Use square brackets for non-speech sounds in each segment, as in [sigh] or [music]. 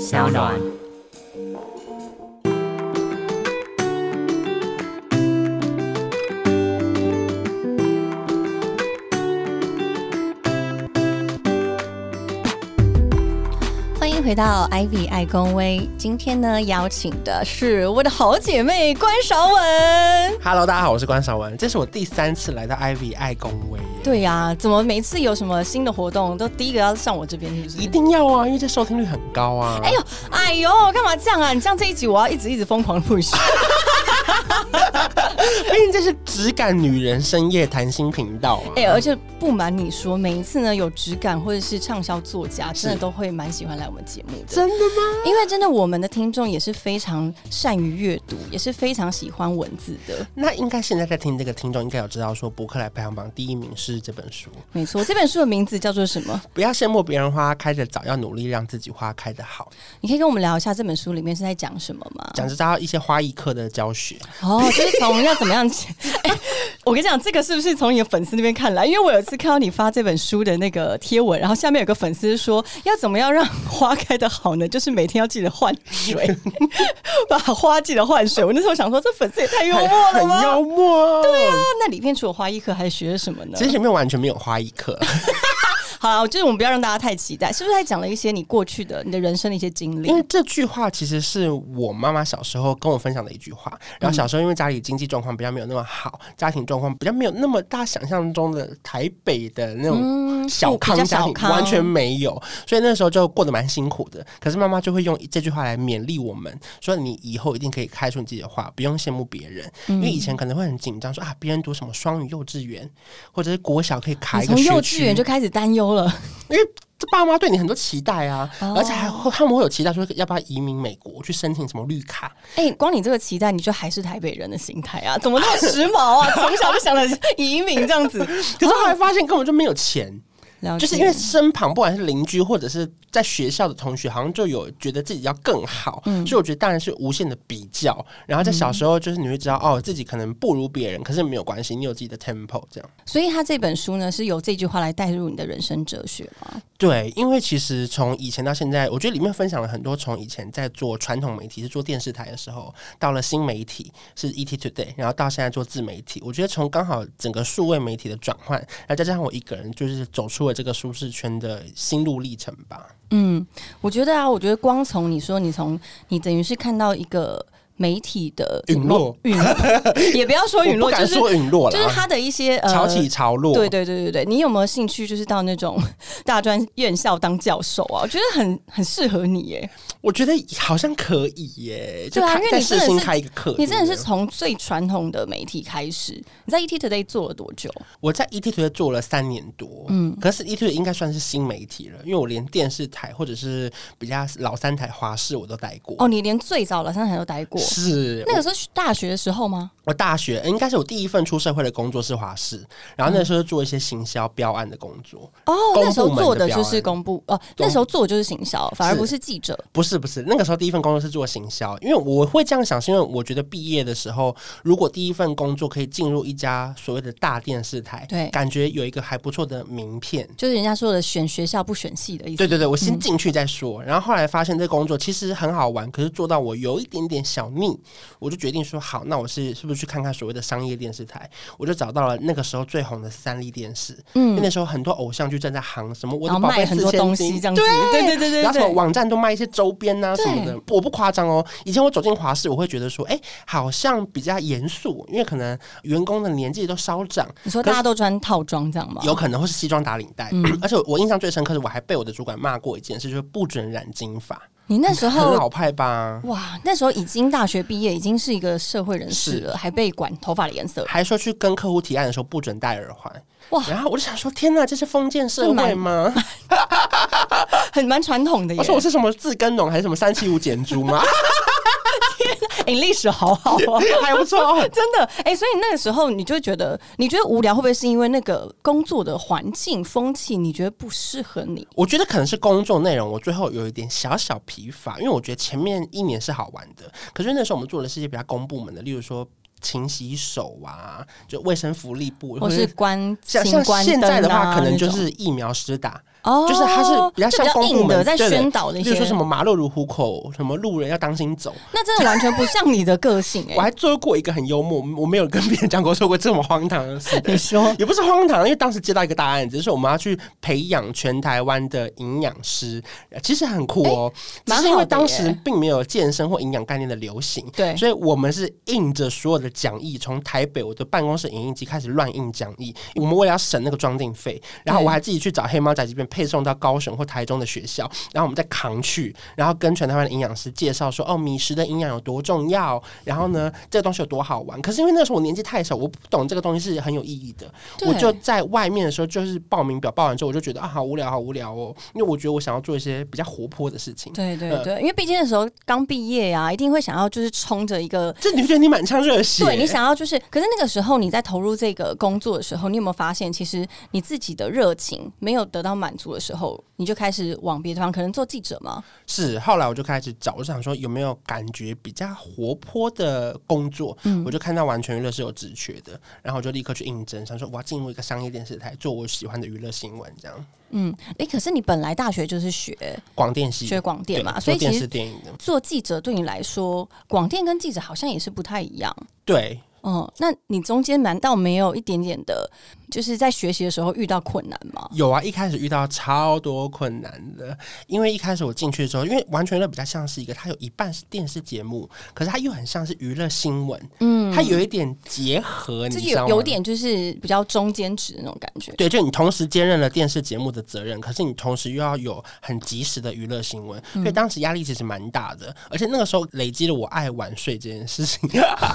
小暖。欢迎回到 Ivy 爱公微，今天呢邀请的是我的好姐妹关韶文。 Hello，大家好，我是关少文，这是我第三次来到 Ivy 爱公微耶，对呀、怎么每次有什么新的活动，都第一个要上我这边，是不一是？定要啊，因为这收听率很高啊。哎呦，哎呦，干嘛这样啊？你这样这一集我要一直一直疯 [laughs] 狂 push。毕哎竟这是质感女人深夜谈心频道啊。哎、而且不瞒你说，每一次呢有质感或者是畅销作家，真是的都会蛮喜欢来我们节目的。真的吗？因为真的，我们的听众也是非常善于阅读，也是非常喜欢文字的。那应该现在在听这个听众应该有知道，说博客来排行榜第一名是这本书。没错，这本书的名字叫做什么？不要羡慕别人花开的早，要努力让自己花开的好。你可以跟我们聊一下这本书里面是在讲什么吗？讲知道一些花艺课的教 [laughs] 学，哦，就是从要怎么样、 [laughs] 哎我跟你讲，这个是不是从你的粉丝那边看来？因为我有一次看到你发这本书的那个贴文，然后下面有个粉丝说，要怎么样让花开的好呢？就是每天要记得换 [laughs] 水，把花记得换水。我那时候想说，这粉丝也太幽默了哎很吧？幽默。对啊，那里面除了花艺课，还学了什么呢其？实里面完全没有花艺课。好啦，就是我们不要让大家太期待，是不是还讲了一些你过去的、你的人生的一些经历因？为这句话其实是我妈妈小时候跟我分享的一句话。然后小时候因为家里经济状况比较没有那么好，家庭状况比较没有那么大想象中的台北的那种小康嗯比较家小庭，康完全没有，所以那时候就过得蛮辛苦的。可是妈妈就会用这句话来勉励我们，说你以后一定可以开出你自己的花，不用羡慕别人。因嗯为以前可能会很紧张，说啊，别人读什么双语幼稚园或者是国小可以卡啊一你个从幼学稚区，园就开始担忧了，因为这爸妈对你很多期待啊，哦而且还会他们会有期待说要不要移民美国去申请什么绿卡，哎、光你这个期待，你就还是台北人的心态啊？怎么那么时髦啊？从小就想着移民这样子，可是后来发现根本就没有钱，了就解是因为身旁不管是邻居或者是在学校的同学，好像就有觉得自己要更好，所以我觉得当然是无限的比较。然后在小时候就是你会知道、哦，自己可能不如别人，可是没有关系，你有自己的 tempo 这样。所以他这本书呢是由这句话来带入你的人生哲学嘛？对，因为其实从以前到现在，我觉得里面分享了很多从以前在做传统媒体是做电视台的时候，到了新媒体是 ET Today，然后到现在做自媒体，我觉得从刚好整个数位媒体的转换，然后再加上我一个人就是走出了这个舒适圈的心路历程吧。嗯，我觉得啊，我觉得光从你说你从你等于是看到一个媒体的陨落，陨落也不要说我陨不落，敢就是说陨落就是了，他的一些呃潮起潮落。对对对对对，你有没有兴趣就是到那种大专院校当教授啊？我觉得很很适合你耶，我觉得好像可以耶，就对啊开因为在你真世的新是开一个课，你真的对不对是从最传统的媒体开始。你在 ET Today 做了多久？我在 ET 团队做了三年多，嗯，可是 ET 团队应该算是新媒体了，因为我连电视台或者是比较老三台华视我都待过。哦，你连最早老三台都待过，是那个时候是大学的时候吗？我大学应该是我第一份出社会的工作是华视，然后那时候做一些行销标案的工作，哦，公那时候部门做的的标就是案公布哦，那时候做的就是行销，反而不是记者。不是不是，那个时候第一份工作是做行销，因为我会这样想，是因为我觉得毕业的时候，如果第一份工作可以进入一家所谓的大电视台，对感觉有一个还不错的名片，就是人家说的选学校不选系的意思。对对对，我嗯先进去再说。然后后来发现这工作其实很好玩，可是做到我有一点点小腻，我就决定说好，那我是是不是去看看所谓的商业电视台？我就找到了那个时候最红的三立电视，因为那时候很多偶像剧正在行什么我嗯然的后宝贝卖四很多千东西金这。样子。对对对对然后什么对。网站都卖一些周边啊对什么的，我不夸张哦。以前我走进华视，我会觉得说，哎，好像比较严肃，因为可能员工的年纪都稍长，你说大家都穿套装这样吗？有可能会是西装打领带。嗯 [clears throat] 而且我印象最深刻是，我还被我的主管骂过一件事，就是不准染金发，你那时很候老派吧？哇，那时候已经大学毕业，已经是一个社会人士是了，还被管头发的颜色，还说去跟客户提案的时候不准戴耳环，哇然后我就想说，天哪，这是封建社会吗？很蛮传统的耶我。说我哦是什么自耕农还是什么三七五减租吗？ [laughs] 哎，历史好好哦。还不错 [laughs] 哦，真的，哎、所以那个时候你就会觉得，你觉得无聊，会不会是因为那个工作的环境风气，你觉得不适合你？我觉得可能是工作内容，我最后有一点小小疲乏，因为我觉得前面一年是好玩的，可是那时候我们做的是一些比较公部门的，例如说勤洗手啊，就卫生福利部，或或是关像新像关现在的灯啊话，可能就那种是疫苗施打，哦，就是它是比较像就公部硬门的，在对宣导的一例如些说，什么马路如虎口，什么路人要当心走。那真的完全不像你的 [laughs] 个性哎、我还做过一个很幽默，我没有跟别人讲过做过这么荒唐的事。 [laughs] 你说也不是荒唐，因为当时接到一个大案子，是我们要去培养全台湾的营养师，呃其实很酷哦。只蛮是因好为的当时耶并没有健身或营养概念的流行，对所以我们是印着所有的讲义，从台北我的办公室影印机开始乱印讲义。我们为了要省那个装订费，然后对我还自己去找黑猫宅急便配送到高雄或台中的学校，然后我们再扛去，然后跟全台湾的营养师介绍说，哦，米食的营养有多重要，然后呢，这个东西有多好玩。可是因为那时候我年纪太小，我不懂这个东西是很有意义的，对我就在外面的时候，就是报名表报完之后，我就觉得啊，好无聊，好无聊哦，因为我觉得我想要做一些比较活泼的事情。对对呃对，因为毕竟那时候刚毕业呀、啊，一定会想要就是冲着一个。这你觉 [laughs] 得你满腔热血，对你想要就是，可是那个时候你在投入这个工作的时候，你有没有发现，其实你自己的热情没有得到满足的时候，你就开始往别的地方，可能做记者嘛？是，后来我就开始找，我想说有没有感觉比较活泼的工作，嗯我就看到完全娱乐是有职缺的，然后我就立刻去应征，想说我要进入一个商业电视台，做我喜欢的娱乐新闻，这样嗯，诶，可是你本来大学就是学广电系学广电嘛，对所以做电其视实电影的，做记者对你来说，广电跟记者好像也是不太一样。对，嗯，那你中间难道没有一点点的，就是在学习的时候遇到困难吗？有啊，一开始遇到超多困难的，因为一开始我进去的时候，因为完全的比较像是一个，它有一半是电视节目，可是它又很像是娱乐新闻，嗯，它有一点结合，这你就知道吗？有有点就是比较中间值那种感觉。对，就你同时兼任了电视节目的责任，可是你同时又要有很及时的娱乐新闻，所嗯以当时压力其实蛮大的，而且那个时候累积了我爱晚睡这件事情。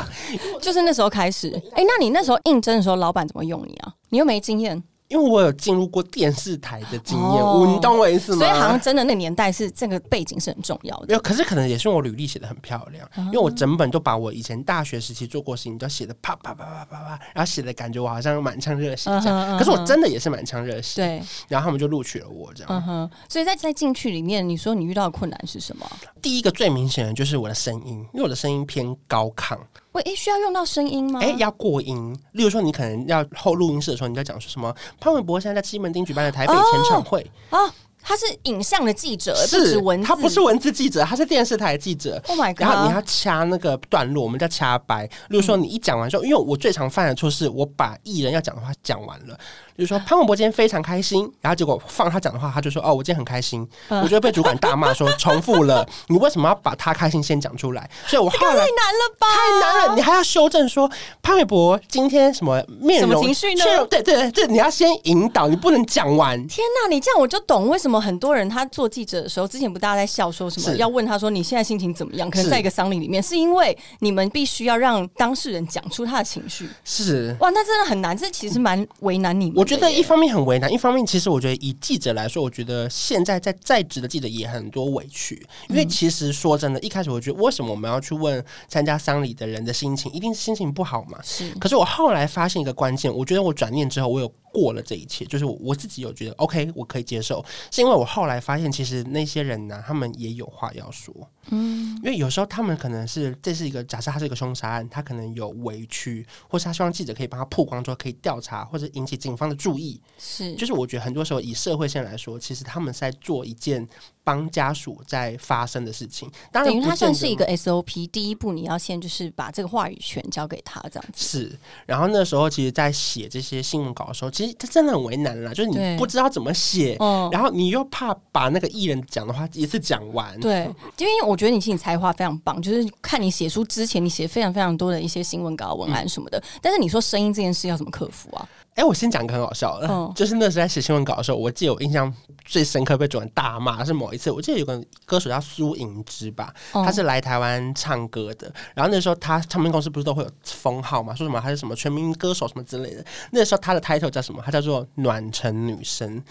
[laughs] 就是那时候开始。哎、那你那时候应征的时候，老板怎么用你啊？你又没经验，因为我有进入过电视台的经验，哦我你懂我意思所吗？以好像真的那个年代是这个背景是很重要 [laughs] 的。没有，可是可能也是因为我履历写的很漂亮，啊因为我整本都把我以前大学时期做过的事情都写的啪啪啪啪啪啪，然后写的感觉我好像满腔热血这嗯哼样。可是嗯我哼真的也是满腔热血，对，然后他们就录取了我这样。嗯哼，所以在在进去里面，你说你遇到的困难是什么？第一个最明显的就是我的声音，因为我的声音偏高亢，喂，哎、需要用到声音吗？哎、要过音。例如说，你可能要后录音室的时候，你在讲说什么？潘玮柏现在在西门町举办的台北签唱会，啊，他是影像的记者，不是止呃文字，他不是文字记者，他是电视台记者。 Oh my 然后你 god！要掐那个段落，我们叫掐白。例如嗯说，你一讲完之后，因为我最常犯的错是我把艺人要讲的话讲完了。比如说潘玮柏今天非常开心，然后结果放他讲的话，他就说：“哦，我今天很开心。”嗯我就会被主管大骂说：“重复了，你为什么要把他开心先讲出来？”所以我后来太难了吧？太难了，你还要修正说潘玮柏今天什么面容什么情绪呢血肉对对对，这你要先引导，你不能讲完。天呐，你这样我就懂为什么很多人他做记者的时候，之前不大家在笑说什么是要问他说你现在心情怎么样？可能是在一个丧礼里面，是因为你们必须要让当事人讲出他的情绪。是，哇，那真的很难，这其实蛮为难你们的耶。我觉得一方面很为难，一方面其实我觉得以记者来说，我觉得现在在在职的记者也很多委屈，因为其实说真的，一开始我觉得为什么我们要去问参加丧礼的人的心情，一定是心情不好嘛。是可是我后来发现一个关键，我觉得我转念之后，我有过了这一切，就是我我自己有觉得 OK，我可以接受，是因为我后来发现，其实那些人呢、他们也有话要说，嗯，因为有时候他们可能是这是一个假设，他是一个凶杀案，他可能有委屈，或是他希望记者可以帮他曝光之后可以调查，或者引起警方的注意，是，就是我觉得很多时候以社会线来说，其实他们是在做一件帮家属在发生的事情，当然等于不他见算得是一个 SOP，第一步你要先就是把这个话语权交给他，这样子。是，然后那时候其实，在写这些新闻稿的时候，其实这真的很为难啦，就是对你不知道怎么写，嗯，然后你又怕把那个艺人讲的话一次讲完。对，因为我觉得你其实你才华非常棒，就是看你写书之前，你写非常非常多的一些新闻稿、文嗯案什么的。但是你说声音这件事要怎么克服啊？哎，我先讲一个很好笑的，嗯就是那时候在写新闻稿的时候，我记得我印象最深刻被主管大骂是某一次，我记得有个歌手叫苏颖之吧，嗯他是来台湾唱歌的，然后那时候他唱片公司不是都会有封号嘛，说什么他是什么全民歌手什么之类的。那时候他的 title 叫什么？他叫做暖城女神，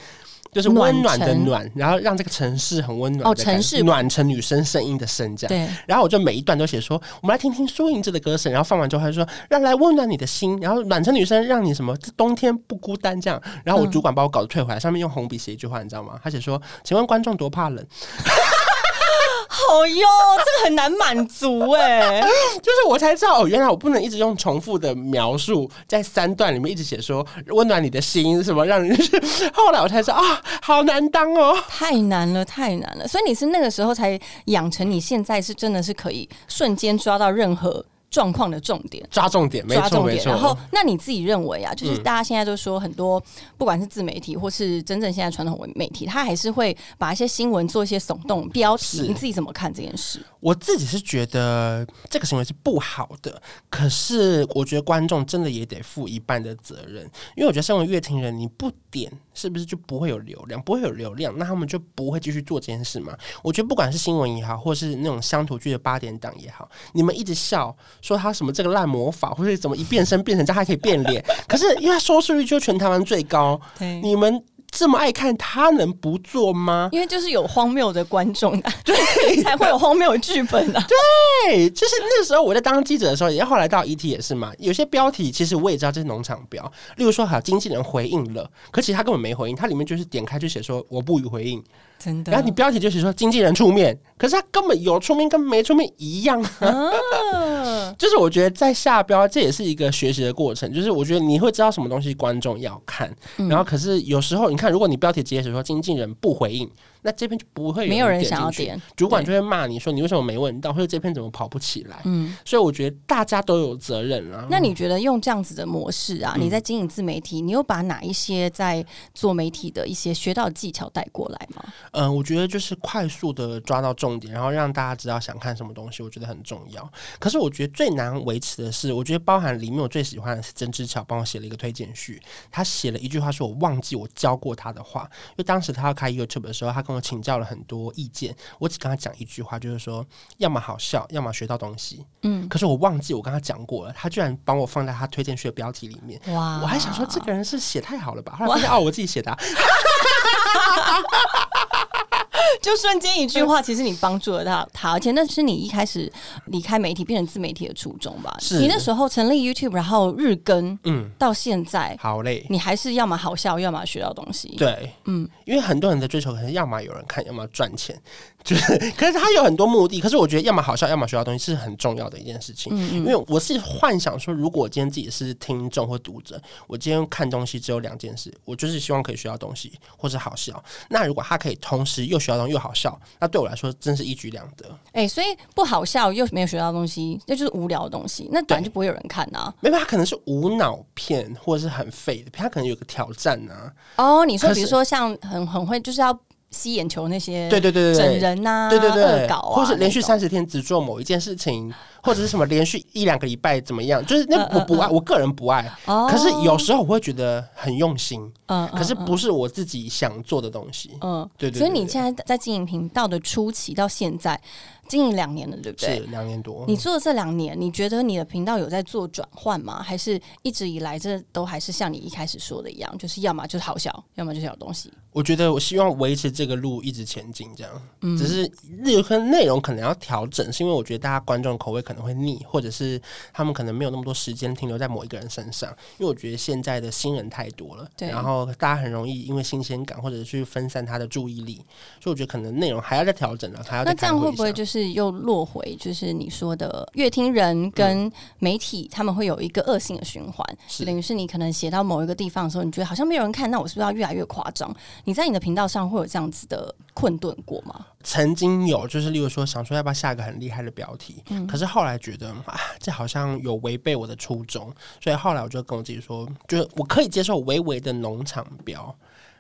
就是温暖的暖城暖，然后让这个城市很温暖哦的感觉。城市暖城女生声音的声这样。对，然后我就每一段都写说，我们来听听苏莹这的歌声，然后放完之后他就说，让来温暖你的心，然后暖成女生让你什么冬天不孤单这样。然后我主管把我搞得退回来，上面用红笔写一句话，你知道吗？他写说，请问观众多怕冷？ [laughs] 好哦哟，这个很难满 [laughs] 足哎、 [laughs] 就是我才知道哦，原来我不能一直用重复的描述，在三段里面一直写说温暖你 [laughs] 的心什么，让人就是。后来我才知道啊、好难当哦。太难了，太难了。所以你是那个时候才养成你现在是真的是可以瞬间抓到任何状况的重点。抓重点，没抓错嗯重没点，然后错，那你自己认为啊，就是大家现在都说很多，不管是自媒体或是真正现在传统文媒体，它还是会把一些新闻做一些耸动标题，是你自己怎么看这件事？我自己是觉得这个行为是不好的，可是我觉得观众真的也得负一半的责任，因为我觉得身为乐听人，你不点是不是就不会有流量？不会有流量，那他们就不会继续做这件事嘛？我觉得不管是新闻也好，或是那种乡土剧的八点档也好，你们一直笑说他什么这个烂魔法，或者怎么一变身变成这样还可以变脸，可是因为他收视率就全台湾最高，对你们这么爱看，他能不做吗？因为就是有荒谬的观众、 [laughs] 啊，对，才会有荒谬的剧本啊。对，就是那时候我在当记者的时候，也后来到 ET 也是嘛。有些标题其实我也知道这是农场标，例如说好经纪人回应了，可其实他根本没回应，他里面就是点开就写说我不予回应， [laughs] 真然后你标题就写说经纪人出面，可是他根本有出面跟没出面一样。 [laughs] 啊，就是我觉得在下标这也是一个学习的过程，就是我觉得你会知道什么东西观众要看，嗯然后可是有时候你看，如果你标题直接写说经纪人不回应，那这篇就不会没有人点想进要去点，主管就会骂你说你为什么没问到，或者这篇怎么跑不起来。嗯。所以我觉得大家都有责任啊。那你觉得用这样子的模式嗯啊，你在经营自媒体，你有把哪一些在做媒体的一些学到的技巧带过来吗？嗯、我觉得就是快速的抓到重点，然后让大家知道想看什么东西，我觉得很重要。可是我觉得最难维持的是，我觉得包含里面我最喜欢的是曾之乔帮我写了一个推荐序，他写了一句话说我忘记我教过他的话，因为当时他要开 YouTube 的时候，他跟我请教了很多意见，我只跟他讲一句话，就是说要么好笑，要么学到东西。嗯，可是我忘记我跟他讲过了，他居然帮我放在他推荐序的标题里面，哇我还想说这个人是写太好了吧，后来发现哦，我自己写的啊、就瞬间一句话，其实你帮助了他，他，而且那是你一开始离开媒体变成自媒体的初衷吧？是你那时候成立 YouTube，然后日更嗯，到现在，好嘞。你还是要么好笑，要么学到东西。对，嗯嗯，因为很多人的追求可能要么有人看，要么赚钱， [laughs] 就是，可是他有很多目的。可是我觉得，要么好笑，要么学到东西，是很重要的一件事情。因为我是幻想说，如果我今天自己是听众或读者，我今天看东西只有两件事，我就是希望可以学到东西或是好笑。那如果他可以同时又学到东西又好笑，那对我来说真是一举两得。哎、所以不好笑又没有学到东西，那就是无聊的东西，那本来就不会有人看啊。没有，他可能是无脑片或者是很废的片，他可能有个挑战啊。哦，你说可比是如说像很很会，就是要吸眼球那些，对对对对整对。人呐、对对对恶，搞啊，或是连续那种三十天只做某一件事情，或者是什么连续一两个礼拜怎么样？ [laughs] 就是那嗯嗯我不爱，我个人不爱。哦可是有时候我会觉得很用心，嗯，嗯可是不是我自己想做的东西。嗯，对对对所以你对现在在经营频道的初期到现在，经营两年了，对不是嗯对？两年多，你做了这两年，你觉得你的频道有在做转换吗？还是一直以来这都还是像你一开始说的一样，就是要么就是好笑，要么就是有东西。我觉得我希望维持这个路一直前进，这样。嗯只是内容跟内容可能要调整，是因为我觉得大家观众口味可能会腻，或者是他们可能没有那么多时间停留在某一个人身上。因为我觉得现在的新人太多了，对然后大家很容易因为新鲜感或者去分散他的注意力，所以我觉得可能内容还要再调整了，还要那再这开样会会一不会下就是又落回就是你说的乐听人跟媒体他们会有一个恶性的循环？是等于是你可能写到某一个地方的时候，你觉得好像没有人看，那我是不是要越来越夸张？你在你的频道上会有这样子的困顿过吗？曾经有，就是例如说想说要不要下一个很厉害的标题，嗯可是后来觉得啊，这好像有违背我的初衷，所以后来我就跟我自己说，就是我可以接受微微的农场标。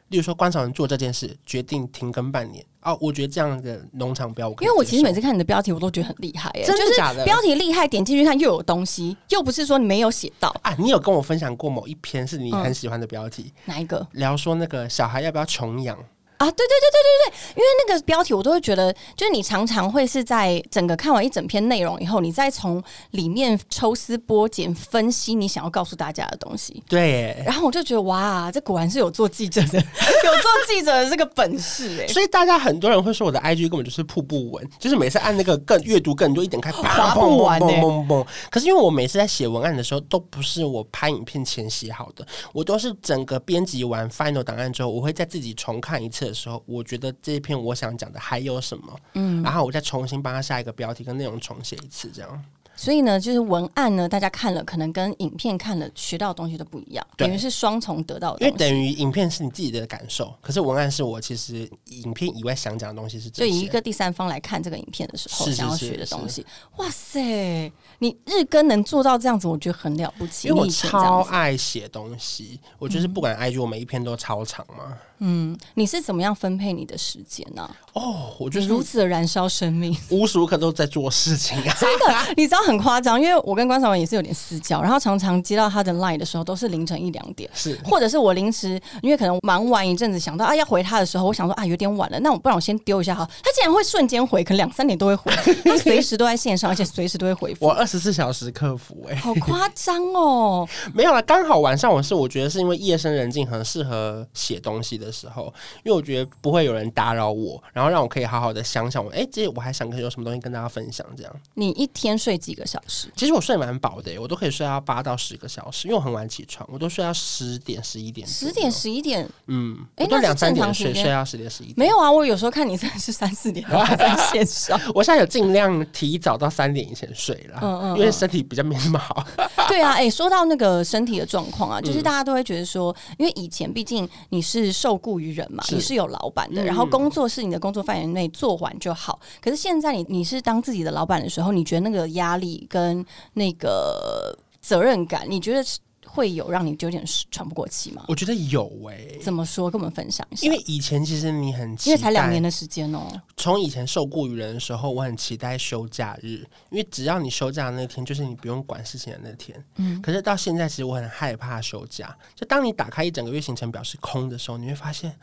例如说，观察人做这件事，决定停更半年哦，我觉得这样的农场标我可以因为我其实接受每次看你的标题，我都觉得很厉害、耶，真就是的假的标题厉害，点进去看又有东西，又不是说你没有写到啊，你有跟我分享过某一篇是你很喜欢的标题，哪一个聊说那个小孩要不要穷养，啊？对对对对对对，因为那个标题我都会觉得，就是你常常会是在整个看完一整篇内容以后，你再从里面抽丝剥茧分析你想要告诉大家的东西。对耶，然后我就觉得哇，这果然是有做记者 [laughs] 的，有做记者的这个本事哎、所以大家很多人会说我的 IG 根本就是瀑布文，就是每次按那个更阅读更多一点开，划啪不完欸嘣嘣嘣。可是因为我每次在写文案的时候，都不是我拍影片前写好的，我都是整个编辑完 final 档案之后，我会再自己重看一次的的时候，我觉得这一篇我想讲的还有什么，嗯，然后我再重新帮他下一个标题跟内容重写一次，这嗯样。所以呢，就是文案呢，大家看了可能跟影片看了学到的东西都不一样，对等于是双重得到的因为东西。等于影片是你自己的感受，可是文案是我其实影片以外想讲的东西是就这以一些。个第三方来看这个影片的时候，是是想要是学的东是西，哇塞！你日更能做到这样子，我觉得很了不起。因为我你以前这样超子爱写东西，我就是不管 IG，我每一篇都超长嘛。嗯，你是怎么样分配你的时间呢、哦，我就你是如此的燃烧 [laughs] 生命，无时无刻都在做事情啊。 [laughs] 真的，你知道很夸张，因为我跟关少文也是有点私交，然后常常接到他的 line 的时候，都是凌晨一两点。是，或者是我临时，因为可能忙完一阵子，想到啊要回他的时候，我想说啊有点晚了，那我不然我先丢一下好。他竟然会瞬间回，可能两三点都会回，他随时都在线上，而且随时都会回 [laughs] 复我，二十四小时客服哎、好夸张哦！ [laughs] 没有啦，刚好晚上我是我觉得是因为夜深人静很适合写东西的时候，因为我觉得不会有人打扰我，然后让我可以好好的想想我哎、这我还想有什么东西跟大家分享这样。你一天睡几个小时？其实我睡蛮饱的耶，欸我都可以睡到八到十个小时，因为我很晚起床，我都睡到十点十一点。十点，十一点嗯，我哎都那是两三正点常时睡，间睡到十点十一点。没有啊？我有时候看你真的是三四点还在线 [laughs] 上，我现在有尽量提早到三点以前睡了，嗯嗯嗯因为身体比较没那么好。对啊，哎、说到那个身体的状况嗯啊，就是大家都会觉得说，因为以前毕竟你是受雇于人嘛，是你是有老板的，嗯然后工作是你的工作范围内做完就好。可是现在你你是当自己的老板的时候，你觉得那个压力跟那个责任感，你觉得是会有让你有点喘不过气吗？ [laughs] 我觉得有哎、怎么说？跟我们分享一 [laughs] 下，因为以前其实你很期待，因为才两年的时间哦、从以前受雇于人的时候，我很期待休假日，因为只要你休假的那天，就是你不用管事情的那天。嗯，可是到现在，其实我很害怕休假。就当你打开一整个月行程表是空的时候，你会发现 [gasps]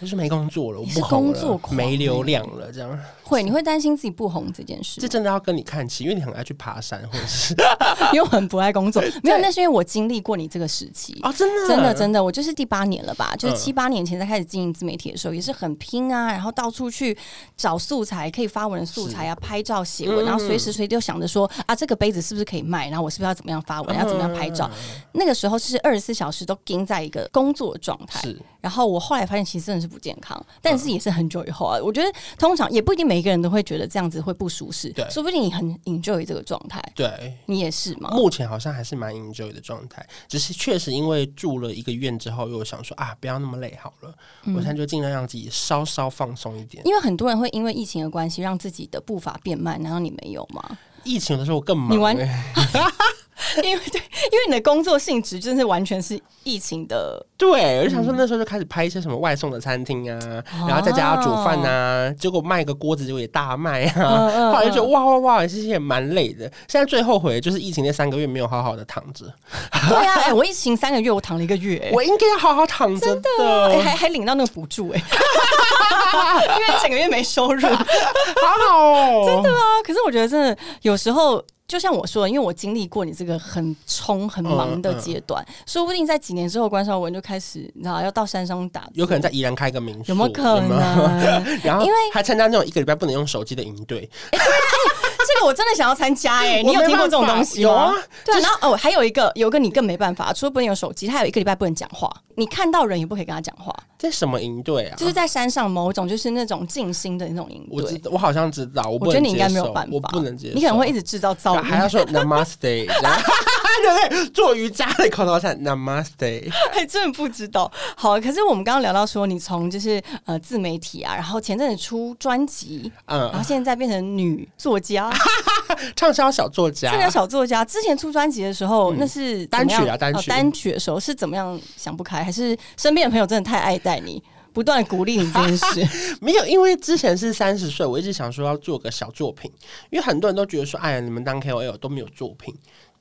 我是没工作了，我你不是红了，工作狂嗯没流量了，这样会你会担心自己不红这件事这，真的要跟你看齐，因为你很爱去爬山，或者 [laughs] 是因为我很不爱工作。没有，那是因为我经历过你这个时期哦，真 [laughs] 的真的真的，我就是第八年了吧，就是嗯七八年前才开始经营自媒体的时候，也是很拼啊，然后到处去找素材，可以发文的素材啊，拍照写文，嗯然后随时随地都想着说啊，这个杯子是不是可以卖，然后我是不是要怎么样发嗯文，要怎么样拍照。那个时候是二十四小时都盯在一个工作状态，是然后我后来发现其实真的是不健康，但嗯是也是很久以后啊。我觉得通常也不一定每一个人都会觉得这样子会不舒适对，说不定你很 enjoy 这个状态，对。你也是吗？目前好像还是蛮 enjoy 的状态，只是确实因为住了一个院之后，又想说啊，不要那么累好了，我现在就尽量让自己稍稍放松一点。嗯因为很多人会因为疫情的关系，让自己的步伐变慢，难道你没有 [laughs] 吗？疫情的时候更忙、你完欸因为对，因为你的工作性质真是完全是疫 [laughs] 情的，对，我就嗯想说那时候就开始拍一些什么外送的餐厅啊，哦然后在家煮饭啊，结果卖个锅子就也大卖啊，嗯嗯嗯后来就觉得哇哇哇，其实也蛮累的。现在最后悔的就是疫情那三个月没有好好的躺着，对啊，哎、我疫情三个月，我躺了一个月、哎我应该要好好躺着的。哎还还领到那个补助、哎， [laughs] 因为整个月没收入啊。好好哦，真的可是我觉得真的有时候。就像我说的，因为我经历过你这个很冲、嗯很忙的阶段，说不定在几年之后，关少文就开始，你知道要到山上打，有可能在宜兰开个民宿，有没有可有没有？能？啊 [laughs] 然后因为还参加那种一个礼拜不能用手机的营队，这个我真的想要参加哎、我你有没听过这种办法东西有吗？啊对啊，然后哦，还有一个，有一个你更没办法，除了不能有手机，他还有一个礼拜不能讲话，你看到人也不可以跟他讲话，这什么营队啊？就是在山上某种就是那种静心的那种营我知队。我好像知道，我我不觉得能你应该接没有受办法，我不能接受，啊你可能会一直制造噪还要音。说 Namaste，然后 [laughs] 对不对？做瑜伽的口头禅 Namaste，还哎真的不知道。好，可是我们刚刚聊到说，你从就是呃自媒体啊，然后前阵子出专辑，然嗯后，现在变成女作 [laughs] 家，畅销小作家这。个小作家。之前出专辑的时候，那是怎么单样曲啊单曲哦嗯单曲的时候是怎么样想不开，还是身边的朋友真的太爱戴你，不断地鼓励你这件事？没有，因为之前是三十岁，我一直想说要做个小作品，因为很多人都觉得说，哎呀，你们当 KOL 都没有作品。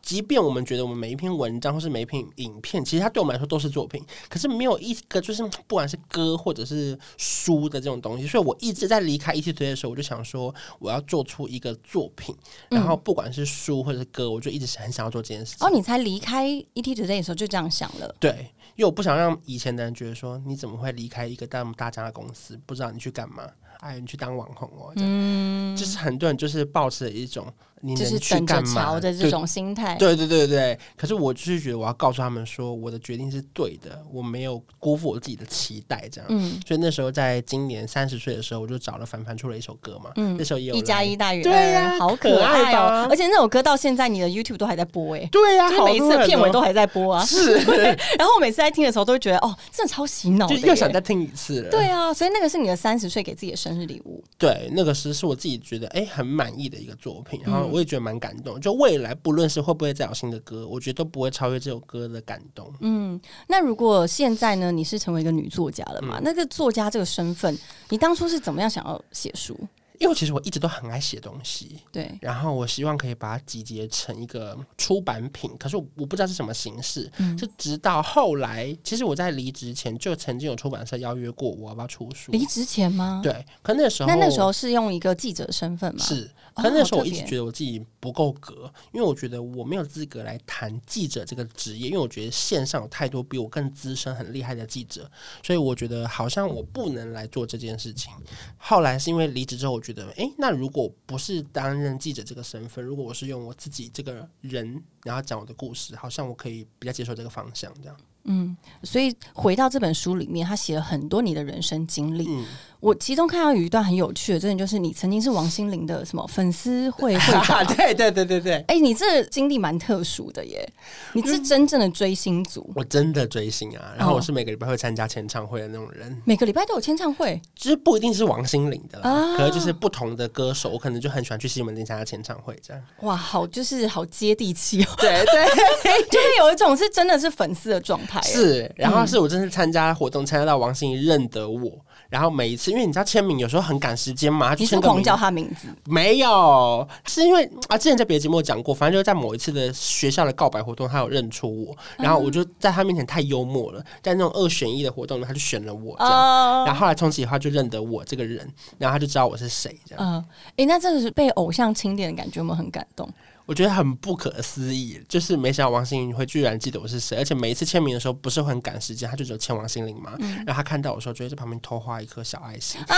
即便我们觉得我们每一篇文章或是每一篇影片，其实它对我们来说都是作品，可是没有一个就是不管是歌或者是书的这种东西，所以我一直在离开 ET 推的时候，我就想说我要做出一个作品，然后不管是书或者是歌，我就一直很想要做这件事情。 [laughs] 嗯哦，你才离开 ET Today 的时候就这样想了。对，因为我不想让以前的人觉得说你怎么会离开一个那么大家的公司，不知道你去干嘛哎，你去当网红哦，这样，就是很多人就是抱持了一种你嗯就是能去等着干嘛瞧的这对种心态。对对对对，可是我就是觉得我要告诉他们说，我的决定是对的，我没有辜负我自己的期待，这样。嗯所以那时候在今年三十岁的时候，我就找了凡凡出了一首歌嘛，嗯那时候也有一加来一大于对二、呀好可爱爱哦吧！而且那首歌到现在你的 YouTube 都还在播哎、对呀、就是每一次好多人的哦片尾 [laughs] 都还在播啊。是， [laughs] 然后我每次在听的时候都会觉得，哦，真的超洗脑的就耶，又想再听一 [laughs] 次了。对啊，所以那个是你的三十岁给自己的生日礼物。对，那个是是我自己觉得哎、很满意的一个作品，然后嗯我也觉得蛮感动。就未来不论是会不会再有新的歌，我觉得都不会超越这首歌的感动。嗯，那如果现在呢，你是成为一个女作家了嘛？嗯那个作家这个身份，你当初是怎么样想要写书？因为其实我一直都很爱写东西，对，然后我希望可以把它集结成一个出版品，可是我我不知道是什么形式。嗯是直到后来，其实我在离职前就曾经有出版社邀约过我要不要出书，离职前吗？对，可那时候那那时候是用一个记者的身份嘛？，是，哦可那时候我好特一别直觉得我自己不够格，因为我觉得我没有资格来谈记者这个职业，因为我觉得线上有太多比我更资深、很厉害的记者，所以我觉得好像我不能来做这件事情。后来是因为离职之后，我觉得，诶，那如果不是担任记者这个身份，如果我是用我自己这个人，然后讲我的故事，好像我可以比较接受这个方向，这样。嗯，所以回到这本书里面，他写了很多你的人生经历。嗯，我其中看到有一段很有趣的，真的就是你曾经是王心凌的什么粉丝会会长。 [laughs] 对对对对对，哎、你这经历蛮特殊的耶，你是真正的追星族，我真的追星啊，然后哦我是每个礼拜会参加签唱会的那种人。每个礼拜都有签唱会。就是不一定是王心凌的啦，啊可能就是不同的歌手，我可能就很喜欢去西门町参加签唱会这样。哇，好，就是好接地气哦， [laughs] 对对就是有一种是真的是粉丝的状态。，是，然后是嗯我真是参加活动，参加到王心凌认得我，然后每一次，因为你知道签名有时候很赶时间嘛，他就你是签不是个狂名叫他名字，没有，是因为啊，之前在别的节目有讲过，反正就是在某一次的学校的告白活动，他有认出我，然后我就在他面前太幽默了，在那种二选一的活动呢，他就选了我这样，哦然后后来从此以后他就认得我这个人，然后他就知道我是谁这样。嗯，哎、那真的是被偶像钦点的感觉，有没有很感动？我觉得很不可思议，就是没想到王心凌会居然记得我是谁，而且每一次签名的时候不是很赶时间，他就只有签王心凌嘛。然后他看到我的时候，就会在旁边偷画一颗小爱心，啊，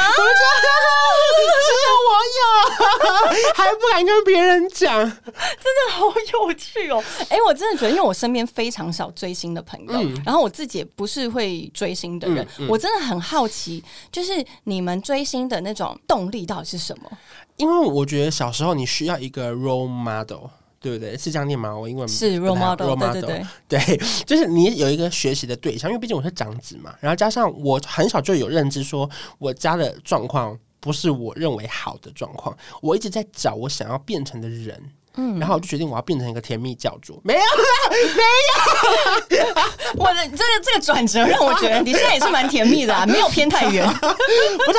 只有我有， [laughs] 还不敢跟别人讲。好有趣哦！哎、我真的觉得，因为我身边非常少追星的朋友，然后我自己也不是会追星的人，我真的很好奇，就是你们追星的那种动力到底是什么？因为我觉得小时候你需要一个 role model，对不对？是这样念吗？我英文是不 role 太好 model，对对对，对， [laughs] 就是你有一个学习的对象，因为毕竟我是长子嘛，然后加上我很小就有认知，说我家的状况不是我认为好的状况，我一直在找我想要变成的人。嗯，然后我就决定我要变成一个甜蜜教主，没有我的这个这个转折让我觉得你现在也是蛮甜蜜的、啊，没有偏太远。不是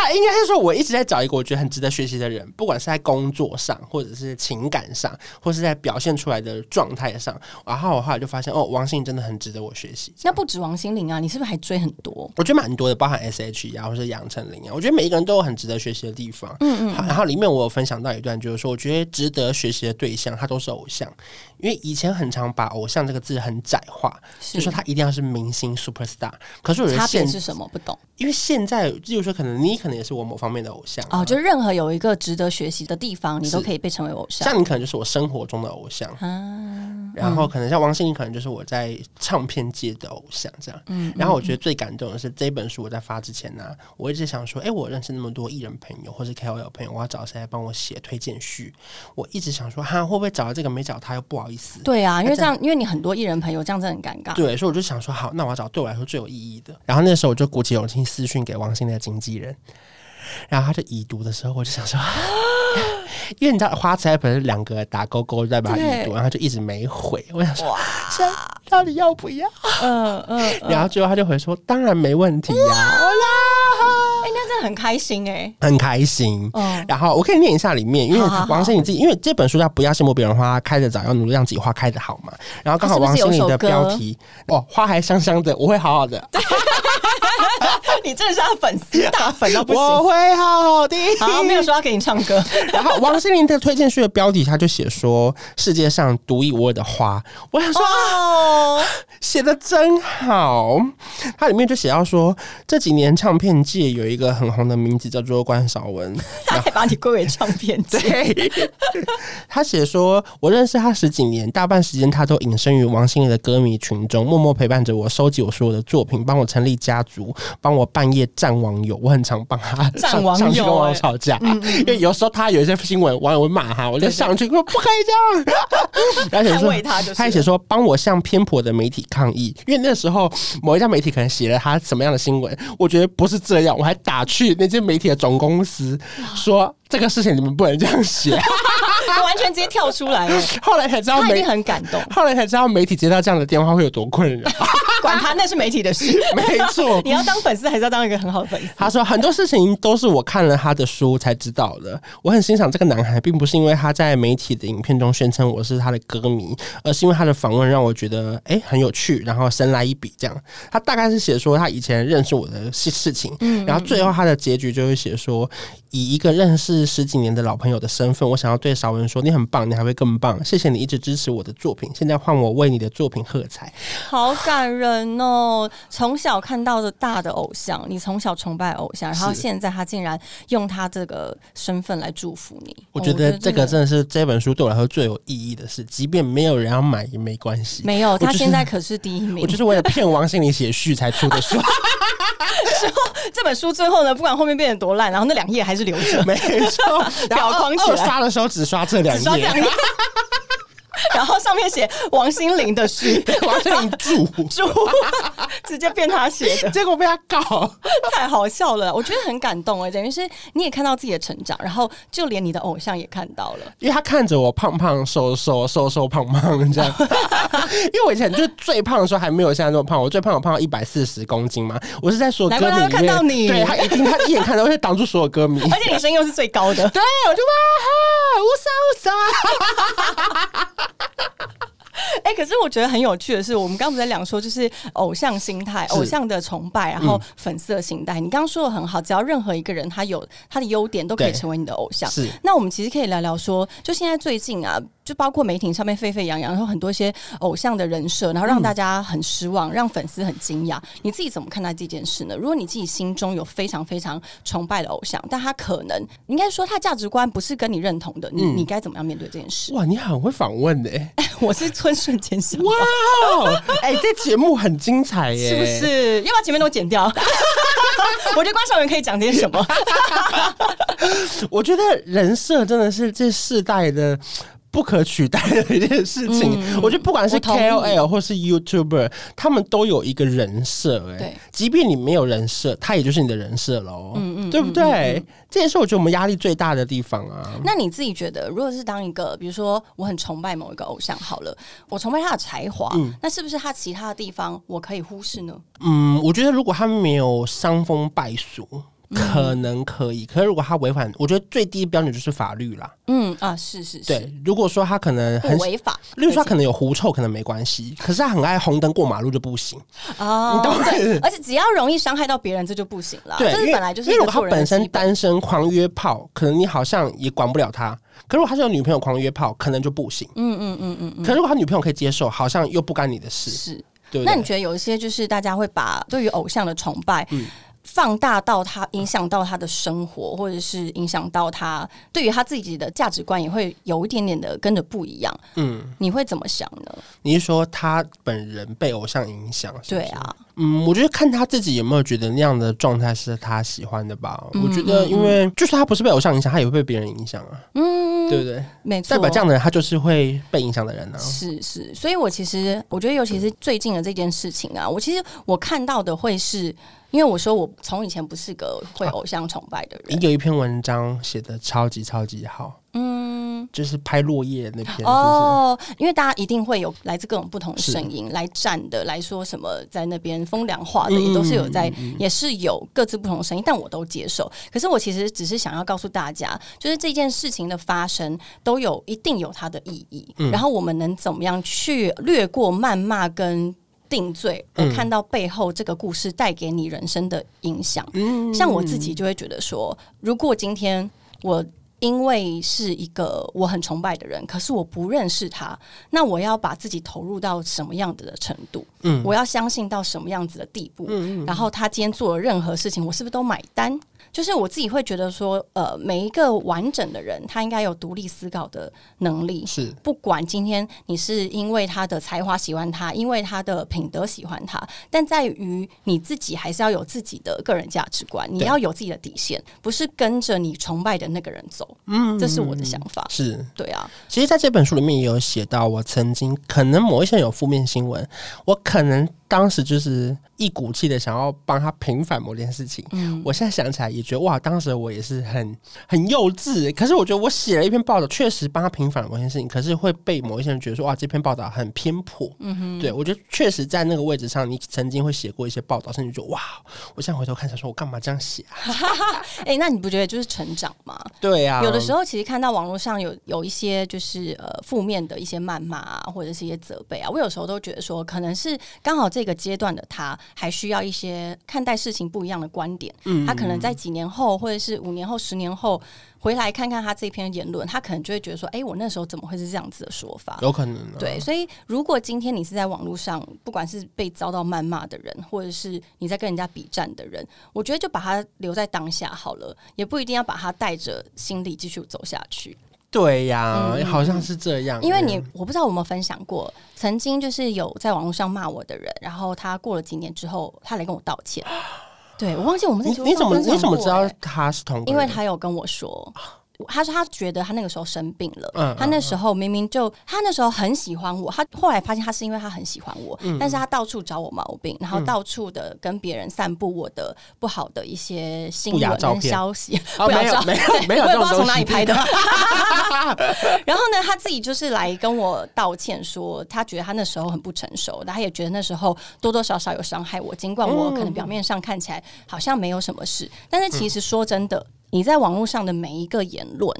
啊、应该是说我一直在找一个我觉得很值得学习的人，不管是在工作上，或者是情感上，或是在表现出来的状态上。然后我后来就发现，哦，王心凌真的很值得我学习。 [laughs] 那不止王心凌啊，你是不是还追很多？我觉得蛮多的，包含 S H E 啊，或是杨丞琳啊，我觉得每一个人都有很值得学习的地方。嗯嗯。然后里面我有分享到一段，就是说，我觉得值得学习的对象，他都是偶像，因为以前很常把偶像这个字很窄化，是就说他一定要是明星 super star。可是我觉得差别现，是什么？不懂因为现在，例如说，可能你可能也是我某方面的偶像啊哦，就任何有一个值得学习的地方，你都是可以被成为偶像像你可能就是我生活中的偶像，啊。然后可能像王心凌，可能就是我在唱片界的偶像这样。嗯，然后我觉得最感动的是这本书我在发之前呢、我一直想说，哎，我认识那么多艺人朋友或是 KOL 朋友，我要找谁来帮我写推荐序？我一直想说，哈，会不会找到这个没找他又不好意思？对啊，因那为这这样，因为你很多艺人朋友这样真的很尴尬。对，所以我就想说，好，那我要找对我来说最有意义的。然后那时候我就鼓起勇气私讯给王心凌的经纪人，然后他就已读的时候，我就想说， [laughs] 因为你知道花痴 app 是两个打勾勾在把它已对读，然后就一直没回。我想说，哇，这到底要不要？嗯嗯， [laughs] 哎、然后最后他就回说，当然没问题呀、哎那真的很开心哎、很开心。嗯，然后我可以念一下里面，因为好好好王心凌自己，因为这本书叫《不要羡慕别人花开得早，要努力让自己花开得好》嘛。然后刚好啊它是王不是有心凌的首歌标题哦，花还香香的，我会好好的。 [laughs] 你真的是他粉丝，大粉到不我 [laughs] 行。会好啊好的。好，没有说要给你唱歌，然后王心凌的推荐序的标题，他就写说“世界上独一无二的花”。我想说，哦，写的真好。它里面就写到说，这几年唱片界有一个很红的名字叫做关少文。 [laughs] 他还把你归为唱片界，对， [laughs] 他写说，我认识他十几年，大半时间他都隐身于王心凌的歌迷群中，默默陪伴着我，收集我所有的作品，帮我成立家族，帮我半夜战网友。我很常帮他战上网上去友跟网友欸吵架，因为有时候他有一些新闻，网友会骂他，我就上去说不可以这样， [laughs] 而且捍说卫他就是了。他还写说帮我向偏颇的媒体抗议，因为那时候某一家媒体可能写了他什么样的新闻，我觉得不是这样，我还打去那间媒体的总公司说这个事情你们不能这样 [laughs] 写。他完全直接跳出来了，后来才知道他一媒定，很感动。后来才知道媒体接到这样的电话会有多困 [laughs] 扰。管他，那是媒体的 [laughs] 事。没错你，要当粉丝，还是要当一个很好的粉丝？他说很多事情都是我看了他的书才知道的。我很欣赏这个男孩，并不是因为他在媒体的影片中宣称我是他的歌迷，而是因为他的访问让我觉得诶很有趣，然后神来一笔这样。他大概是写说他以前认识我的事事情，然后最后他的结局就会写说，以一个认识十几年的老朋友的身份，我想要对邵文说，你很棒，你还会更棒，谢谢你一直支持我的作品，现在换我为你的作品喝彩。好感人哦！从小看到的大的偶像，你从小崇拜偶像，然后是现在他竟然用他这个身份来祝福你，我哦觉得这个真的真的是这本书对我来说最有意义的事，即便没有人要买也没关系。没有，就他是现在可是第一 [laughs] 名我 [laughs] 就。是为了骗王心凌写序才出的书，这本书最后呢，不管后面变得多烂，然后那两页还是留着，没错。然后表框起二来刷的时候只刷这两只 [laughs] 刷这两页，页。然后上面写王心凌的序，王心凌住，祝 [laughs] 直接变他写的。结果被他告。 [laughs] 太好笑了，我觉得很感动哎，等于是你也看到自己的成长，然后就连你的偶像也看到了。因为他看着我胖胖瘦瘦瘦瘦胖胖这样， [laughs] 因为我以前就最胖的时候还没有现在这么胖，我最胖有胖到一百四十公斤嘛，我是在所有歌迷难怪他看到里面你哎对他一定他一眼看到会挡住所有歌迷，而且你声音又是最高 [laughs] 的，对我就哇哈，乌沙乌沙，哎、可是我觉得很有趣的是，我们刚刚不是在讲说，就是哦偶像心态、是嗯偶像的崇拜，然后粉丝的心态。你刚刚说的很好，只要任何一个人他有他的优点，都可以对成为你的偶像。是那我们其实可以聊聊说，就现在最近啊，就包括媒体上面沸沸扬扬，然后很多一些偶像的人设，然嗯后让大家很失望，让粉丝很惊讶。你自己怎么看待这件事呢？如果你自己心中有非常非常崇拜的偶像，但他可能应该说他价值观不是跟你认同的，你、你该怎么样面对这件事？嗯哇，你很会访问呢、 [laughs] 我是春瞬间想到。哇哦，哎，这节目很精彩耶、是不是？要不要前面都剪掉？ [laughs] 我觉得关少文可以讲点什么。我觉得人设真的是这世代的。不可取代的一件事情，我觉得不管是嗯我同意 KOL 或是 YouTuber，他们都有一个人设、欸，对即便你没有人设，他也就是你的人设喽，嗯嗯，对不对？这也是我觉得我们压力最大的地方啊。那你自己觉得，如果是当一个，比如说我很崇拜某一个偶像，好了，我崇拜他的才华，那是不是他其他的地方我可以忽视呢？嗯，我觉得如果他没有伤风败俗，嗯可能可以，可是如果他违反，我觉得最低标准就是法律啦。嗯啊，是是是，对，如果说他可能不很，违法。例如说他可能有狐臭，可能没关系，可是他很爱红灯过马路就不行。哦，你懂吗 [laughs] 对，而且只要容易伤害到别人，这就不行了。对，啊这因是为本来就是因一为如果个他做人本的身基本。单身狂约炮，可能你好像也管不了他。可如果他是有女朋友狂约炮，可能就不行。嗯嗯嗯嗯。可如果他女朋友可以接受，好像又不干你的事，是，对不那你对？觉得有一些就是大家会把对于偶像的崇拜。嗯放大到他影响到他的生活，或者是影响到他对于他自己的价值观，也会有一点点的跟着不一样。嗯，你会怎么想呢？你是说他本人被偶像影响？是不对是。啊，嗯，我觉得看他自己有没有觉得那样的状态是他喜欢的吧。嗯我觉得，因为就算他不是被偶像影响，他也会被别人影响啊，嗯，对不对？没错，代表这样的人，他就是会被影响的人呢、啊。是是，所以我其实我觉得，尤其是最近的这件事情啊，我其实我看到的会是，因为我说我从以前不是个啊会偶像崇拜的你人，有一篇文章写的超级超级好，嗯，就是拍落叶那篇，是不是？哦，因为大家一定会有来自各种不同的声音，来站的，来说什么在那边风凉话的，嗯也都是有在，也是有各自不同的声音，但我都接受。可是我其实只是想要告诉大家，就是这件事情的发生都嗯有一定有它的意义，然后我们能怎么样去略过谩骂跟。定罪，嗯而看到背后这个故事带给你人生的影响。嗯像我自己就会觉得说，如果今天我因为是一个我很崇拜的人，可是我不认识他，那我要把自己投入到什么样子的程度？嗯，我要相信到什么样子的地步？然后他今天做了任何事情，我是不是都买单？就是我自己会觉得说，呃，每一个完整的人，他应该有独立思考的能力。是不管今天你是因为他的才华喜欢他，因为他的品德喜欢他，但在于你自己还是要有自己的个人价值观，你要有自己的底线，不是跟着你崇拜的那个人走。嗯，这是我的想法。是，对啊，其实在这本书里面也有写到，我曾经可能某一些有负面新闻，我可能当时就是一股气的想要帮他平反某件事情。嗯我现在想起来也觉得哇，当时我也是很很幼稚。可是我觉得我写了一篇报道，确实帮他平反了某件事情，可是会被某一些人觉得说哇，啊这篇报道很偏颇。嗯哼，对我觉得确实在那个位置上，你曾经会写过一些报道，甚至觉得哇，我现在回头看想说我干嘛这样写啊？哎、那你不觉得就是成长吗？对啊，有的时候候其实看到网络上有有一些就是呃负面的一些谩骂啊，或者是一些责备啊，我有时候都觉得说，可能是刚好这个阶段的他还需要一些看待事情不一样的观点。嗯，他可能在几年后，或者是五年后、十年后回来看看他这篇言论，他可能就会觉得说，哎、我那时候怎么会是这样子的说法？有可能、啊、对，所以如果今天你是在网络上，不管是被遭到谩骂的人，或者是你在跟人家比战的人，我觉得就把它留在当下好了，也不一定要把它带着心里继续走下去。对呀、好像是这样耶，嗯因为你，我不知道我们分享过，曾经就是有在网络上骂我的人，然后他过了几年之后，他来跟我道 [gasps] 歉。对我忘记我们在你你怎么你怎么知欸道他是同个哎因为人他有跟我说。他说他觉得他那个时候生病了，嗯他那时候明明就他那时候很喜欢我，他后来发现他是因为他很喜欢我，嗯但是他到处找我毛病，然后到处的跟别人散布我的不好的一些新不雅闻照跟片消息，哦不雅没有照没有对没有我也这不知种道东从哪西里拍的。 [laughs] [laughs] 然后呢，他自己就是来跟我道歉说，他觉得他那时候很不成熟，他也觉得那时候多多少少有伤害我。尽管我可嗯能表面上看起来好像没有什么事，但是其实说真的，你在网络上的每一个言论。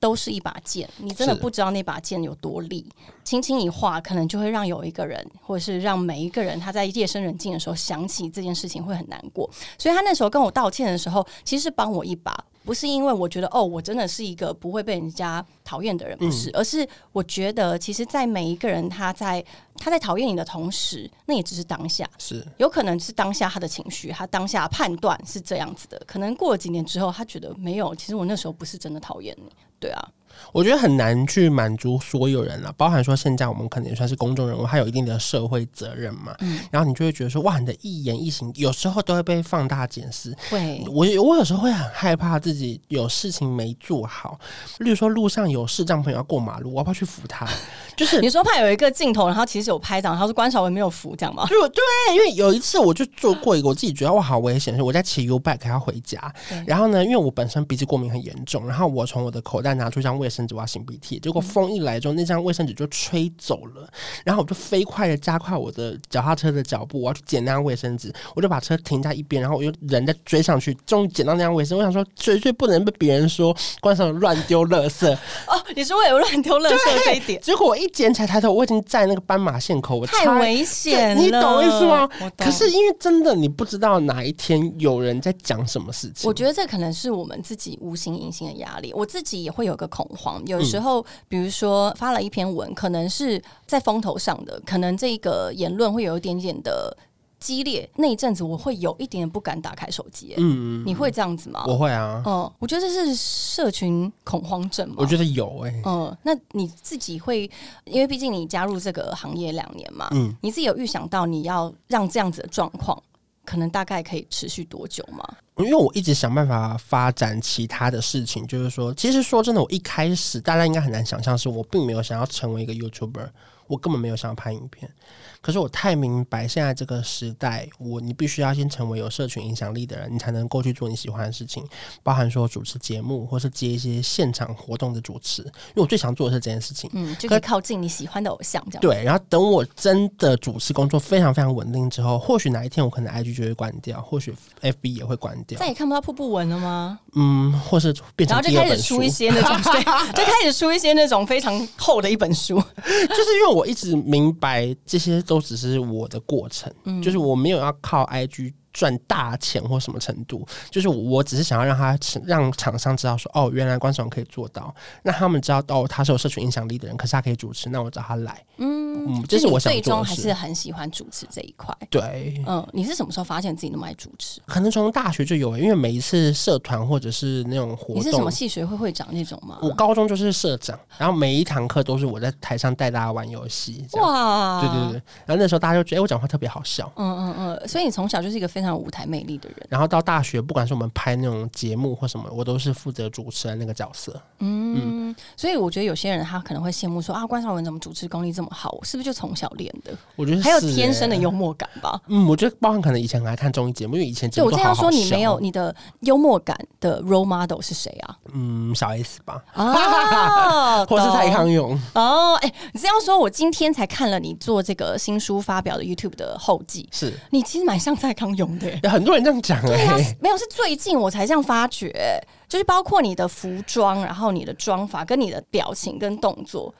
都是一把剑，你真的是不知道那把剑有多利，轻轻一划，可能就会让有一个人，或者是让每一个人，他在夜深人静的时候想起这件事情会很难过。所以他那时候跟我道歉的时候，其实是帮我一把，不是因为我觉得哦，我真的是一个不会被人家讨厌的人，不是，而是我觉得其实，在每一个人他在他在讨厌你的同时，那也只是当下，是有可能是当下他的情绪，他当下判断是这样子的，可能过了几年之后，他觉得没有，其实我那时候不是真的讨厌你，对啊，我觉得很难去满足所有人了，包含说现在我们可能也算是公众人物，还有一定的社会责任嘛。嗯然后你就会觉得说，哇，你的一言一行有时候都会被放大检视。 [laughs] 会我我有时候会很害怕自己有事情没做好，例如说路上有视障朋友要过马路，我要不要去扶他？ [laughs] 就是你说怕有一个镜头，然后其实有拍掌，然后是关少文没有扶，这样吗？对对，因为有一次我就做过一个我自己觉得哇好危险，是我在骑 U bike 要回家对，然后呢，因为我本身鼻子过敏很严重，然后我从我的口袋拿出一张卫生纸我要擤鼻涕，结嗯果风一来之后，那张卫生纸就吹走了，然后我就飞快的加快我的脚踏车的脚步，我要去捡那张卫生纸，我就把车停在一边，然后我又人再追上去，终于捡到那张卫生，我想说绝对不能被别人说关上乱丢垃圾， [laughs] 哦，你说我有乱丢垃圾这一 [laughs] 点，结果我一捡起来抬头，我已经在那个斑马线口，我太差危险了，对你懂我意思吗我懂可是因为真的，你不知道哪一天有人在讲什么事情。我觉得这可能是我们自己无形隐形的压力，我自己也会有个恐慌。有时候，比如说发了一篇文，可能是在风头上的，可能这个言论会有一点点的激烈。那一阵子，我会有一点点不敢打开手机、嗯，你会这样子吗？我会啊，嗯，我觉得这是社群恐慌症嘛。我觉得有哎、嗯，那你自己会，因为毕竟你加入这个行业两年嘛，嗯你自己有预想到你要让这样子的状况，可能大概可以持续多久吗？因为我一直想办法发展其他的事情，就是说，其实说真的，我一开始大家应该很难想象，是我并没有想要成为一个 YouTuber，我根本没有想要拍影片。可是我太明白现在这个时代，我你必须要先成为有社群影响力的人，你才能够去做你喜欢的事情，包含说主持节目，或是接一些现场活动的主持。因为我最想做的是这件事情。嗯，就可以靠近你喜欢的偶像这样。对，然后等我真的主持工作非常非常稳定之后，或许哪一天我可能 IG 就会关掉，或许 FB 也会关掉再，也看不到瀑布文了吗？嗯，或是变然成后就第二开本始书 [laughs] 出一，些那种，对，就开始出一些那种非常厚的一本书。就是因为我我一直明白这些都只是我的过程，嗯就是我没有要靠 IG 赚大钱或什么程度，就是我只是想要让他让厂商知道说，哦，原来观众可以做到，让他们知道哦，他是有社群影响力的人，可是他可以主持，那我找他来，嗯嗯，这是就我你想最做终的还事是很喜欢主持这一块。对，嗯，你是什么时候发现自己那么爱主持？可能从大学就有、欸因为每一次社团或者是那种活你是什动么，系啊学会会长那种吗？我高中就是社长，然后每一堂课都是我在台上带大家玩游戏，这样，哇，对对对，然后那时候大家就觉得，哎、我讲话特别好笑。嗯嗯嗯，所以你从小就是一个非常有舞台魅力的人。然后到大学，不管是我们拍那种节目或什么，我都是负责主持人那个角色。嗯，所以我觉得有些人他可能会羡慕说啊，关少文怎么主持功力这么好？我是不是就从小练的？我觉得是还有天生的欸幽默感吧？嗯，我觉得包含可能以前还看综艺节目，因为以前节对目我都这好样好说，笑。啊你没有你的幽默感的 role model 是谁 [laughs] 啊？嗯小 S 吧，啊或是蔡懂康永，哦，哎、你这样说，我今天才看了你做这个新书发表的 YouTube 的后记，是你其实蛮像蔡康 [laughs] 永的、有很多人这样讲对哎、啊，没有是最近我才这样发觉、就是包括你的服装，然后你的妆法，跟你的表情跟动作，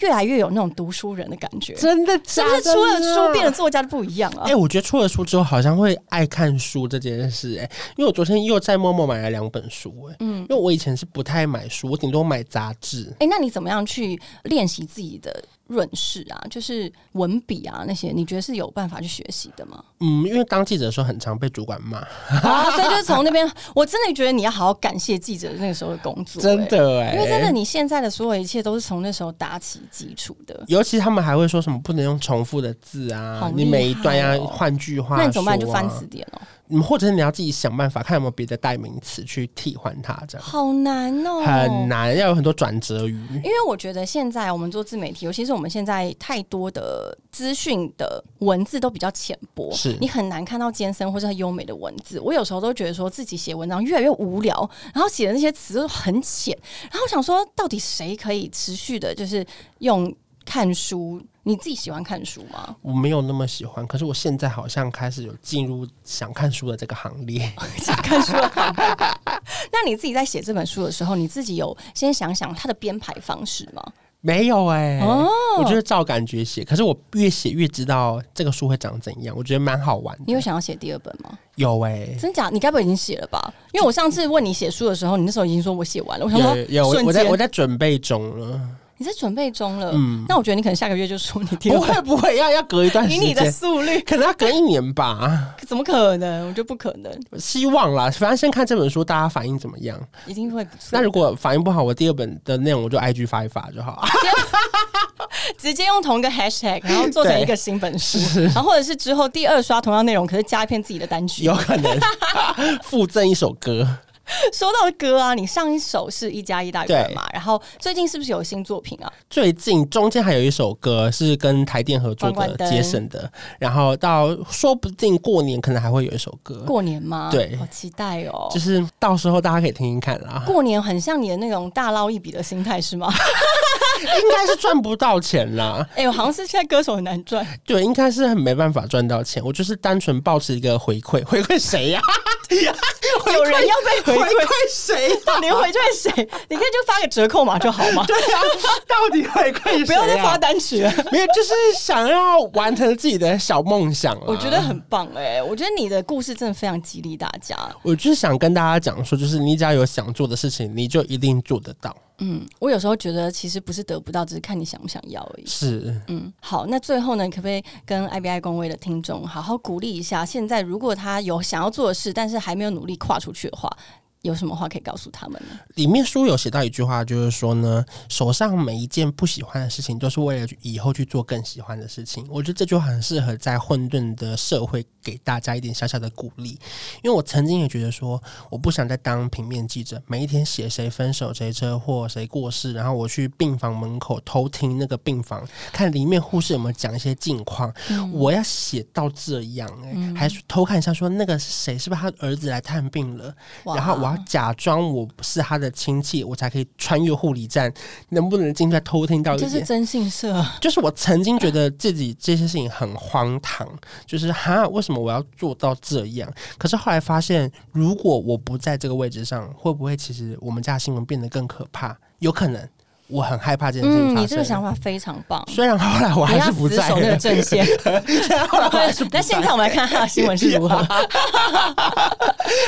越来越有那种读书人的感觉，是真的假不的是出了书变啦得作家就不一样啊哎、？我觉得出了书之后，好像会爱看书这件事、哎，因为我昨天又在默默买了两本书、哎，嗯，因为我以前是不太买书，我顶多买杂志。哎、那你怎么样去练习自己的润饰啊？就是文笔啊那些，你觉得是有办法去学习的 [laughs] 吗？嗯，因为当记者的时候，很常被主管骂，啊，所以就是从那边，我真的觉得你要好好感谢记者那个时候的工作、真欸。的哎、因为真的，你现在的所有一切都是从那时候打起基础的。尤其他们还会说什么不能用重复的字啊，好厉害哦你每一段要换句话、啊，那你怎么办？你就翻词典哦，嗯，或者是你要自己想办法，看有没有别的代名词去替换它，这样、好难哦，很。难，要有很多转折语。因为我觉得现在我们做自媒体，尤其是我们现在太多的资讯的文字都比较浅薄，是你很难看到艰深或者优美的文字。我有时候都觉得说自己写文章越来越无聊，然后写的那些词都很浅，然后我想说，到底谁可以持续的，就是用看书？你自己喜欢看书 [laughs] 吗？我没有那么喜欢，可是我现在好像开始有进入想看书的这个行列。 [laughs] 想看书的方法。 [laughs] 那你自己在写这本书的时候，你自己有先想想它的编排方式吗？没有哎、哦我就是照感觉写，可是我越写越知道这个书会长怎样，我觉得蛮好玩你的。有想要写第二本吗？有哎、真假？你该不会已经写了吧？因为我上次问你写书的时候，你那时候已经说我写完了。我想说有有，我瞬我在间我在准备中了，你在准备中了。那我觉得你可能下个月就出你第不二本。会不会，要要隔一段以时你的间，速率，可能要隔一年吧，怎么可能？我觉得不可能，希望啦。反正先看这本书，大家反应怎么样。一定会不错 [laughs] 那。如果反应不好，我第二本的内容我就 IG 发一发就好。 [laughs] 直接用同一个 hashtag，然后做成一个新本书，然后或者是之后第二刷同样内容，可是加一篇自己的单曲。有可能 [laughs] 附赠一首歌，说到歌啊，你上一首是一加一大于二嘛，然后最近是不是有新作品啊？最近中间还有一首歌是跟台电合作关关的灯杰森的，然后到说不定过年可能还会有一首歌，过年吗？对好期待哦就。是到时候大家可以听听看啦。过年很像你的那种大捞一笔的心态是吗？应该是赚不到钱啦，哎、我好像是现在歌手很难赚，对，应该是很没办法赚到钱。我就是单纯保持一个回馈，回馈谁呀？有人要 [laughs] 被回回馈，馈谁？啊 [laughs] 到底回馈谁？你可以就发个折扣码就好嘛，对啊，到底回馈不要谁啊再发呀？单曲了。没有，就是想要完成自己的小梦想啊啦。 [laughs] 我觉得很棒哎、我觉得你的故事真的非常激励大家。我就是想跟大家讲说，就是你只要有想做的事情，你就一定做得到。嗯，我有时候觉得其实不是得不到，只是看你想不想要而已。是，嗯，好，那最后呢，可不可以跟 IBI 工会的听众好好鼓励一下？现在如果他有想要做的事，但是还没有努力跨出去的话，有什么话可以告诉他们呢？里面书有写到一句话，就是说呢，手上每一件不喜欢的事情，都是为了以后去做更喜欢的事情。我觉得这句话很适合在混沌的社会给大家一点小小的鼓励，因为我曾经也觉得说，我不想再当平面记者，每一天写谁分手、谁车祸、谁过世，然后我去病房门口偷听那个病房， [laughs] 看里面护士有没有讲一些近况。我要写到这样、欸，还去偷看一下说那个是谁，是不是他儿子来探病了？哇然后我要假装我是他的亲戚，我才可以穿越护理站，能不能进去偷听到一这是点？真性社，就是我曾经觉得自己这些事情很荒唐，就是哈，为什么我要做到这样？可是后来发现，如果我不在这个位置上，会不会其实我们家的新闻变得更可怕？有可能。我很害怕这件事情嗯，发你生。这个想法非常棒。虽然后来我你还要是不死在守那个了，阵 [laughs] 线。虽然后来我还是不在那现在我们来看他的新闻是 [laughs] 如何。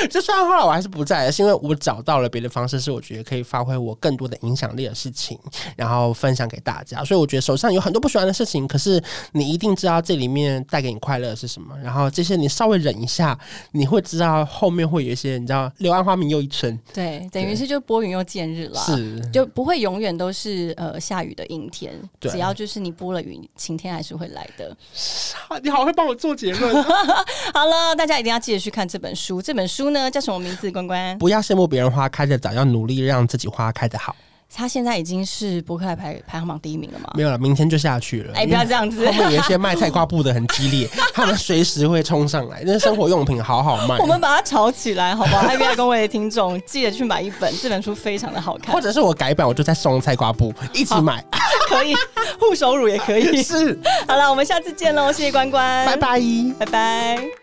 就虽然后来我还是不在了，是因为我找到了别的方式，是我觉得可以发挥我更多的影响力的事情，然后分享给大家。所以我觉得手上有很多不喜欢的事情，可是你一定知道这里面带给你快乐的是什么。然后这些你稍微忍一下，你会知道后面会有一些你知道柳暗花明又一村。对，等于是就拨云又见日了。。是，就不会永远都是呃下雨的阴天，对只要就是你拨了雨，晴天还是会来的。 [laughs] 你好会帮我做结论。好了，大家一定要记得去看这本书。这本书呢叫什么名字？关关， [laughs] 不要羡慕别人花开的早，要努力让自己花开的好。他现在已经是博客来排排行榜第一名了嘛？没有了，明天就下去了。哎，不要这样子 [laughs] 后，面有一些卖菜瓜布的很激 [laughs] 烈，他们随时会冲上来。那生活用品好好卖 [laughs] ，我们把它炒起来，好不好？爱不爱各位听众，记得去买一本，这本书非常的好 [laughs] 看或，者是我改版，我就再送菜瓜布一起买。可以 [laughs] 护手乳也可以。是，好了，我们下次见喽，谢谢关关，拜，拜。拜拜。